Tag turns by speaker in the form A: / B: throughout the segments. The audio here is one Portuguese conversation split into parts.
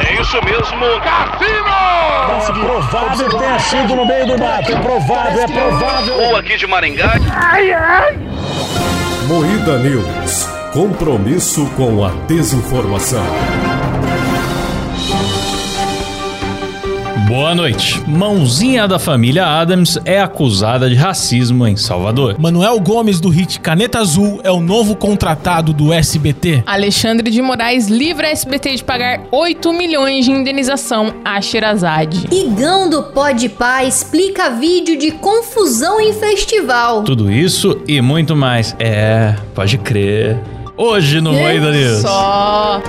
A: É isso mesmo, Cassino!
B: É provável que tenha sido no meio do mato. É provável, é provável.
A: Ou aqui de Maringá.
C: Moída News. Compromisso com a desinformação.
D: Boa noite. Mãozinha da família Adams é acusada de racismo em Salvador.
E: Manuel Gomes do hit Caneta Azul é o novo contratado do SBT.
F: Alexandre de Moraes livra a SBT de pagar 8 milhões de indenização a Sherazade.
G: Igão do Podpah explica vídeo de confusão em festival.
D: Tudo isso e muito mais. É, pode crer. Hoje no Moída News.
F: Só.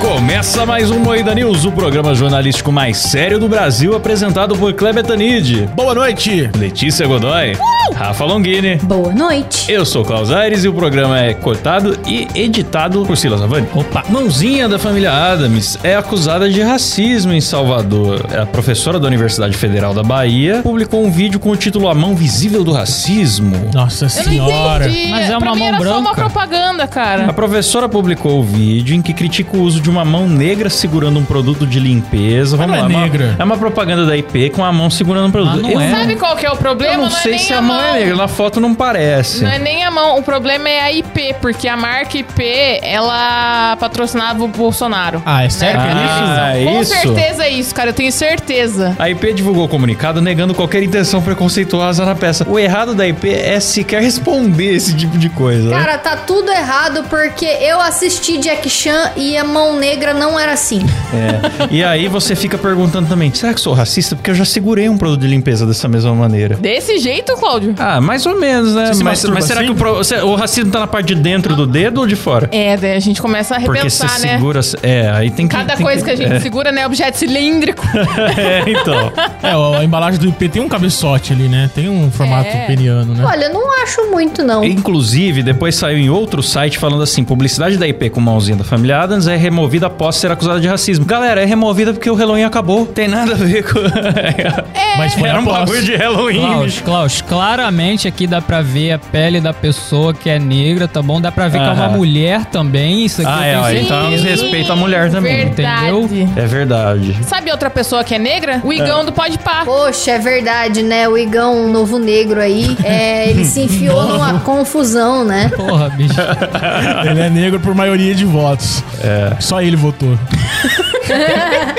D: Começa mais um Moída News, o programa jornalístico mais sério do Brasil, apresentado por Kleber Tanid,
E: Boa noite.
D: Letícia Godoy, Rafa Longini.
G: Boa noite.
D: Eu sou o Klaus Aires e o programa é cortado e editado por Silas Avani. Opa! Mãozinha da família Adams é acusada de racismo em Salvador. A professora da Universidade Federal da Bahia publicou um vídeo com o título A Mão Visível do Racismo.
E: Nossa
F: Eu não
E: senhora.
F: entendi.
H: Mas é uma
F: pra mim
H: mão
F: era só uma
H: branca.
F: propaganda,
D: A
F: cara.
D: professora publicou o vídeo em que critica o uso de uma mão negra segurando um produto de limpeza. Vamos
E: não
D: lá,
E: é
D: uma-
E: negra.
D: É uma propaganda da IP com a mão segurando um produto.
H: Ah, não
D: eu,
H: é.
F: Sabe qual que é o problema?
D: eu não,
F: é
D: sei
F: nem
D: se a mão, é negra, na foto não parece.
F: Não é nem a mão, o problema é a IP, porque a marca IP, ela patrocinava o Bolsonaro.
E: Ah, é sério que é isso?
D: Ah, é
F: Com
D: isso?
F: certeza é isso, cara, eu tenho certeza.
D: A IP divulgou o comunicado negando qualquer intenção preconceituosa na peça. O errado da IP é sequer responder esse tipo de coisa. né?
G: Cara, tá tudo errado porque eu assisti Jack Chan e a mão negra não era assim.
D: É. E aí você fica perguntando também: será que sou racista? Porque eu já segurei um produto de limpeza dessa mesma maneira.
F: Desse jeito, Cláudio?
D: Ah, mais ou menos, né?
E: Você se
D: Mas,
E: masturba
D: mas será
E: assim?
D: que o, pro- se- o racismo tá na parte de dentro do dedo ou de fora?
F: É, daí a gente começa a
D: Porque
F: repensar,
D: se
F: né?
D: segura. É, aí tem que.
F: Cada
D: tem
F: coisa que a gente segura, né? Objeto cilíndrico.
D: É, então.
E: É, ó, a embalagem do IP tem um cabeçote ali, né? Tem um formato
F: É.
E: peniano, né?
G: Olha, não acho muito, não.
D: Inclusive, depois saiu em outro site falando assim: publicidade da IP com mãozinha da família Adams é removida após ser acusada de racismo. Galera, é removida porque o Halloween acabou. Tem nada a ver com.
F: É.
E: Mas foi
D: Era um
E: após.
D: bagulho de Halloween.
H: Klaus, Klaus, claramente aqui dá pra ver a pele da pessoa que é negra, tá bom? Dá pra ver que é uma
D: Aham.
H: mulher também, isso aqui
D: Ah,
H: eu
D: é,
H: tenho
D: ó,
H: certeza.
D: então respeita a mulher também.
F: Verdade.
H: entendeu?
D: É verdade.
F: Sabe outra pessoa que é negra? O Igão do Pode Pá.
G: Poxa, é verdade, né? O Igão, um novo negro aí, é, ele se enfiou numa confusão, né?
H: Porra, bicho.
E: Ele é negro por maioria de votos. É. Só ele votou.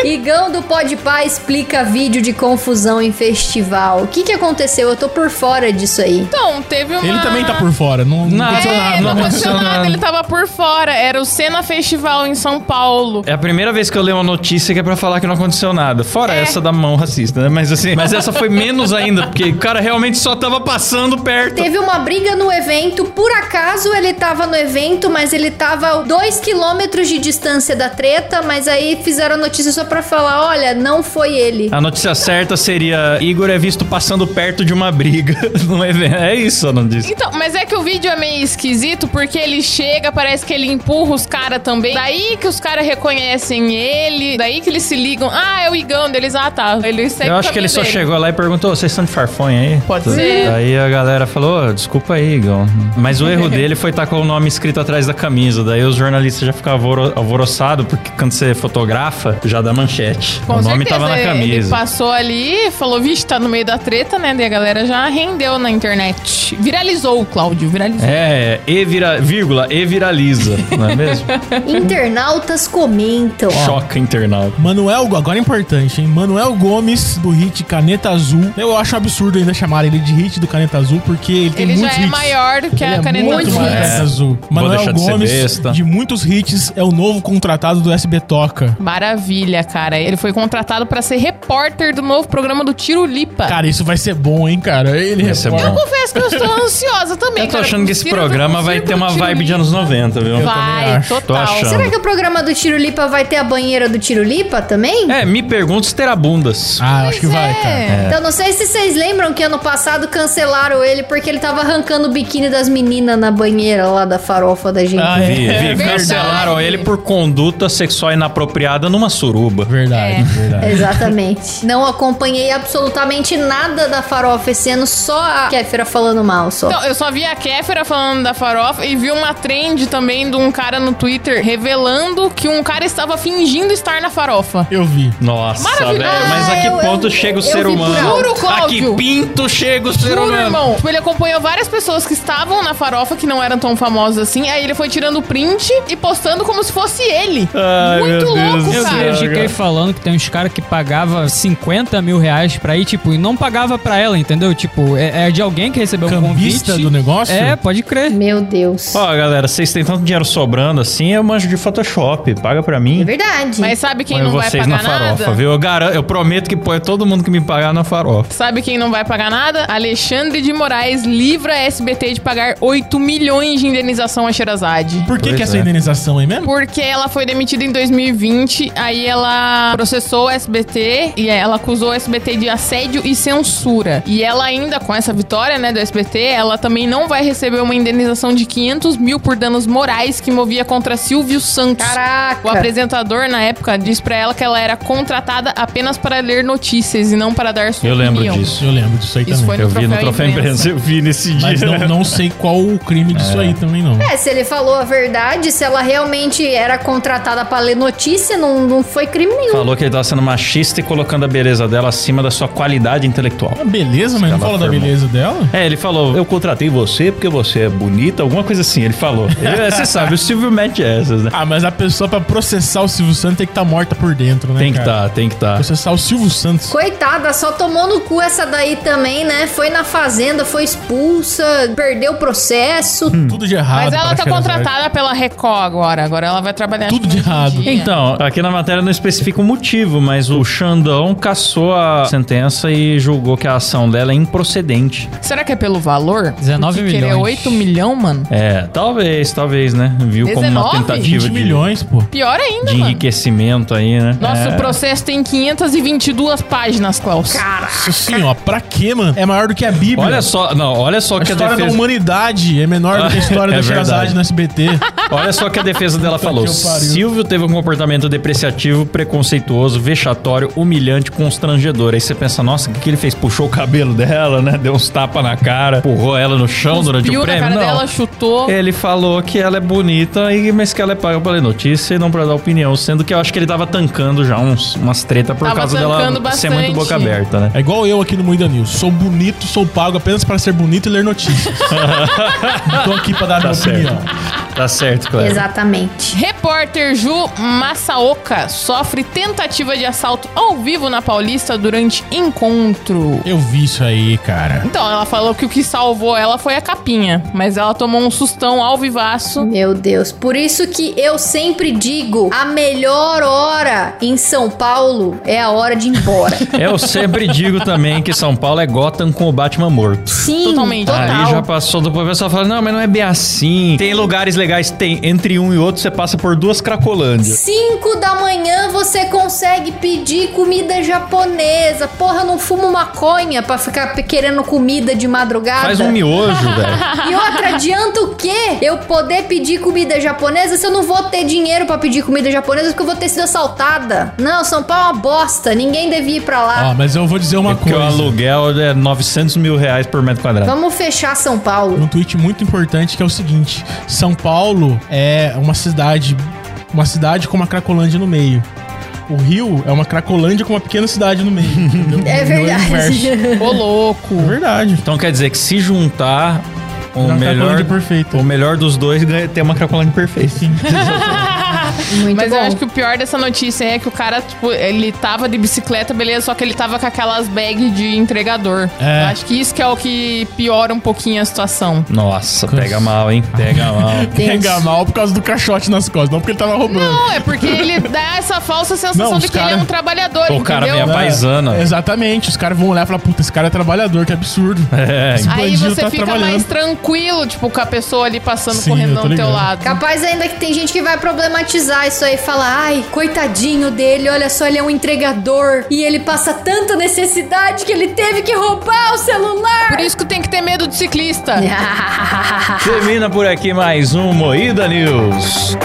G: Igão do Podpah explica vídeo de confusão em festival. O que que aconteceu? Eu tô por fora disso aí.
F: Então, teve uma...
E: Ele também tá por fora. Não, não
D: Não.
E: aconteceu
F: É,
E: nada.
F: não aconteceu
D: Não,
F: nada,
D: não.
F: ele tava por fora. Era o Cena Festival em São Paulo.
D: É a primeira vez que eu leio uma notícia que é pra falar que não aconteceu nada. Fora
F: É.
D: essa da mão racista, né? Mas assim, mas essa foi menos ainda, porque o cara realmente só tava passando perto.
G: Teve uma briga no evento, por acaso ele tava no evento, mas ele tava a dois quilômetros de distância da treta, mas aí fizeram notícia só pra falar, olha, não foi ele.
D: A notícia certa seria: Igor é visto passando perto de uma briga no evento. É isso a notícia.
F: Então, mas é que o vídeo é meio esquisito, porque ele chega, parece que ele empurra os caras também. Daí que os caras reconhecem ele, daí que eles se ligam. Ah, é o Igão deles. Ah, tá. Ele segue
D: Eu
F: o
D: acho que
F: caminho
D: ele só
F: dele.
D: chegou lá e perguntou: vocês estão de farfonha aí? Tá.
F: Pode ser.
D: Aí a galera falou: "Ô, desculpa aí, Igão. Mas o erro dele foi estar com o nome escrito atrás da camisa. Daí os jornalistas já ficavam alvoro- alvoroçados, porque quando você fotografa, já dá manchete.
F: Com
D: o nome
F: certeza, é,
D: tava na
F: Ele
D: camisa.
F: passou ali, falou, vixe, tá no meio da treta, né? Daí a galera já rendeu na internet. Viralizou o Cláudio, viralizou.
D: É, e vira, vírgula, e viraliza, não é mesmo?
G: Internautas comentam.
D: Choca internauta.
E: Manuel, agora é importante, hein? Manuel Gomes do hit Caneta Azul. Eu acho absurdo ainda chamar ele de hit do Caneta Azul, porque ele tem
F: Ele já
E: muitos
F: é
E: hits.
F: maior do que
E: Ele
F: a
E: é
F: caneta
E: muito
F: azul.
E: maior que a Caneta Azul.
D: deixar
E: Manuel
D: de ser
E: Gomes,
D: besta.
E: de muitos hits, é o novo contratado do SB Toca.
F: Maravilha, cara. Ele foi contratado pra ser repórter do novo programa do Tiro Lipa.
E: Cara, isso vai ser bom, hein, cara? Ele
D: Vai ser
E: reforma.
D: bom.
F: Confesso que eu estou ansiosa também.
D: Eu tô
F: É, cara.
D: achando que esse
F: Tiro-
D: programa vai
F: Circo
D: ter uma
F: do Tiro
D: vibe de
F: Lipa.
D: anos 90, viu?
E: também
F: Vai,
E: acho.
D: Tô
F: total.
D: achando.
G: Será que o programa do Tirolipa vai ter a banheira do Tirolipa também?
D: É, me pergunto se terá bundas.
E: Ah, acho que vai,
F: É.
E: cara.
G: Então, não sei se vocês lembram que ano passado cancelaram ele porque ele tava arrancando o biquíni das meninas na banheira lá da farofa da gente.
E: Ah, é.
D: Vi, vi,
F: verdade.
D: cancelaram ele por conduta sexual inapropriada entra numa suruba.
E: Verdade,
F: É.
E: verdade.
G: Exatamente. Não acompanhei absolutamente nada da farofa esse ano, só a Kéfera falando mal, só.
F: Então, eu só vi a Kéfera falando da farofa e vi uma trend também de um cara no Twitter revelando que um cara estava fingindo estar na farofa.
E: Eu vi.
D: Nossa,
F: Maravilhoso.
D: velho. Mas a
G: Ah,
D: que
G: eu-
D: ponto
G: eu-
D: chega o
G: eu
D: ser
G: vi por
D: humano?
G: alto.
F: Juro,
D: a
F: Cláudio.
D: que pinto chega o ser
F: Juro,
D: humano?
F: irmão. Tipo, ele acompanhou várias pessoas que estavam na farofa, que não eram tão famosas assim. Aí ele foi tirando print e postando como se fosse ele.
D: Ai,
F: Muito
D: meu Deus
F: louco,
D: do
H: Eu
D: céu,
F: cara.
H: vi, eu fiquei
D: cara.
H: falando que tem uns caras que pagava 50 mil reais pra ir, tipo, e não pagava pra ela, entendeu? Tipo, é, é de alguém que recebeu um
E: Cambista
H: convite.
E: do negócio?
H: É, pode crer.
G: Meu Deus.
D: Ó, galera, vocês têm tanto dinheiro sobrando assim, eu manjo de Photoshop. Paga pra
G: É
D: mim.
G: verdade.
F: Mas sabe quem
D: Põe
F: não vai
D: vocês na
F: pagar
D: farofa,
F: nada?
D: viu? Eu, garanto, eu prometo que põe todo mundo que me pagar na farofa.
F: Sabe quem não vai pagar nada? Alexandre de Moraes livra a SBT de pagar 8 milhões de indenização a Sherazade.
E: Por que,
D: Pois
E: que essa
D: é.
E: indenização aí mesmo?
F: Porque ela foi demitida em 2020, aí ela processou o SBT e ela acusou o SBT de assédio e censura. E ela ainda, com essa vitória, né, do SBT, ela também não vai receber uma indenização de 500 mil por danos morais que movia contra Silvio Santos.
G: Caraca.
F: O apresentador, na época, disse pra ela que ela era contratada apenas para ler notícias e não para dar sua
D: Eu lembro
F: opinião.
D: disso.
E: Eu lembro disso aí
F: Isso
E: também.
F: foi no
D: eu vi no
F: Troféu
D: Troféu Imprensa, eu vi nesse
E: Mas
D: dia.
E: não, não sei qual o crime disso aí também, não.
G: É, se ele falou a verdade, se ela realmente era contratada pra ler notícia, não, não foi crime nenhum.
D: Falou que ele tava sendo machista e colocando a beleza dela acima da sua qualidade intelectual.
E: Ah, beleza, mas não
D: Ela
E: fala da
D: afirmou.
E: beleza dela?
D: É, ele falou, eu contratei você porque você é bonita, alguma coisa assim, ele falou. Ele- Você sabe, o Silvio mete essas, né?
E: Ah, mas a pessoa pra processar o Silvio Santos tem que estar morta por dentro, né?
D: Tem que
E: cara?
D: tá, tem que tá.
E: Processar o Silvio Santos.
G: Coitada, só tomou no cu essa daí também, né? Foi na fazenda, foi expulsa, perdeu o processo.
D: Hum,
E: Tudo de errado.
F: Mas ela
E: pra
F: tá
E: Xerazade.
F: contratada pela Record agora. Agora ela vai trabalhar
E: Tudo de
F: acho que um
E: errado.
F: dia.
D: Então, aqui na matéria não especifica o motivo, mas o Xandão cassou a sentença e julgou que a ação dela é improcedente.
F: Será que é pelo valor?
H: 19
F: Porque Querer
H: milhões.
F: 8 milhão, mano?
D: É, talvez, talvez, né? Viu como uma
F: 19?
D: tentativa
E: 20
D: de,
E: milhões, pô.
F: Pior ainda,
D: de
F: mano.
D: enriquecimento aí, né?
F: Nossa,
D: é.
F: o processo tem 522 páginas, Klaus.
E: Nossa senhora, pra quê, mano? É maior do que a Bíblia.
D: Olha só, não, olha só
E: a
D: que a
E: história da
D: defesa,
E: humanidade é menor do que a história
D: É
E: da Xerazade
D: verdade.
E: no SBT.
D: olha só que a defesa dela
E: Puta
D: falou.
E: que eu pariu.
D: Silvio teve um comportamento depreciativo, preconceituoso, vexatório, humilhante, constrangedor. Aí você pensa, nossa, o que, que ele fez? Puxou o cabelo dela, né? Deu uns tapas na cara, empurrou ela no chão durante
F: Piu
D: o
F: na
D: prêmio.
F: cara
D: não.
F: dela, chutou.
D: Ele falou que ela é bonita, e- mas que ela é paga pra ler notícia e não pra dar opinião. Sendo que eu acho que ele tava tancando já uns, umas treta por
F: Tava
D: causa dela
F: tancando
D: ser muito
F: bastante.
D: boca aberta, né?
E: É igual eu aqui no Moída News. Sou bonito, sou pago apenas para ser bonito e ler notícias. Não Tô aqui pra dar minha opinião.
D: Tá certo, Cleber.
G: Exatamente.
F: Repórter Ju Massaoka sofre tentativa de assalto ao vivo na Paulista durante encontro.
E: Eu vi isso aí, cara.
F: Então, ela falou que o que salvou ela foi a capinha, mas ela tomou um sustão ao vivaço.
G: Meu Deus, por isso que eu sempre digo: a melhor hora em São Paulo é a hora de ir embora.
D: É, Eu sempre digo também que São Paulo é Gotham com o Batman morto.
G: Sim,
F: Totalmente.
G: total.
D: Ali já passou do povo, o pessoal fala, não, mas não é bem assim. Tem lugares legais, tem. Entre um e outro, você passa por duas Cracolândias.
G: 5 da manhã você consegue pedir comida japonesa. Porra, eu não fumo maconha pra ficar pe- querendo comida de madrugada.
D: Faz um miojo, velho.
G: E outra, adianta o quê? Eu poder pedir comida japonesa se eu não vou ter dinheiro pra pedir comida japonesa porque eu vou ter sido assaltada. Não, São Paulo é uma bosta. Ninguém devia ir pra lá.
E: Ó, mas eu vou dizer uma
D: É Porque o
E: coisa. Então-
D: aluguel é 900 mil reais por metro quadrado.
G: Vamos fechar São Paulo.
E: um tweet muito importante que é o seguinte: São Paulo é uma cidade, uma cidade com uma cracolândia no meio. O Rio é uma cracolândia com uma pequena cidade no meio. entendeu?
G: É
E: inverso.
G: verdade.
F: Ô, louco.
E: É verdade.
D: Então quer dizer que se juntar o
E: Uma
D: melhor
E: cracolândia perfeita.
D: o melhor dos dois ganha tem uma cracolândia perfeita.
G: Muito
F: Mas
G: bom.
F: eu acho que o pior dessa notícia é que o cara, tipo, ele tava de bicicleta, beleza, só que ele tava com aquelas bags de entregador.
E: É.
F: Eu acho que isso que é o que piora um pouquinho a situação.
D: Nossa, pega mal, hein? Pega mal.
E: Pega mal por causa do caixote nas costas, não porque ele tava roubando.
F: Não, é porque ele dá essa falsa sensação
E: Não,
F: de
E: os
F: que ele é
E: cara-
F: um trabalhador,
D: O
F: entendeu?
D: cara minha
E: É,
D: paisana.
E: Exatamente. Os caras vão olhar e falar: puta, esse cara é trabalhador, que absurdo.
D: É,
E: Esse
F: Aí
E: bandido
F: você
E: tá
F: fica
E: trabalhando.
F: mais tranquilo, tipo, com a pessoa ali passando,
E: Sim, eu
F: correndo
E: tô
F: do teu
E: ligado.
F: lado.
G: Capaz ainda que tem gente que vai problematizar isso aí e falar: ai, coitadinho dele, olha só, ele é um entregador e ele passa tanta necessidade que ele teve que roubar o celular.
F: Por isso que tem que ter medo de
G: É.
F: ciclista.
D: termina por aqui mais um Moída News.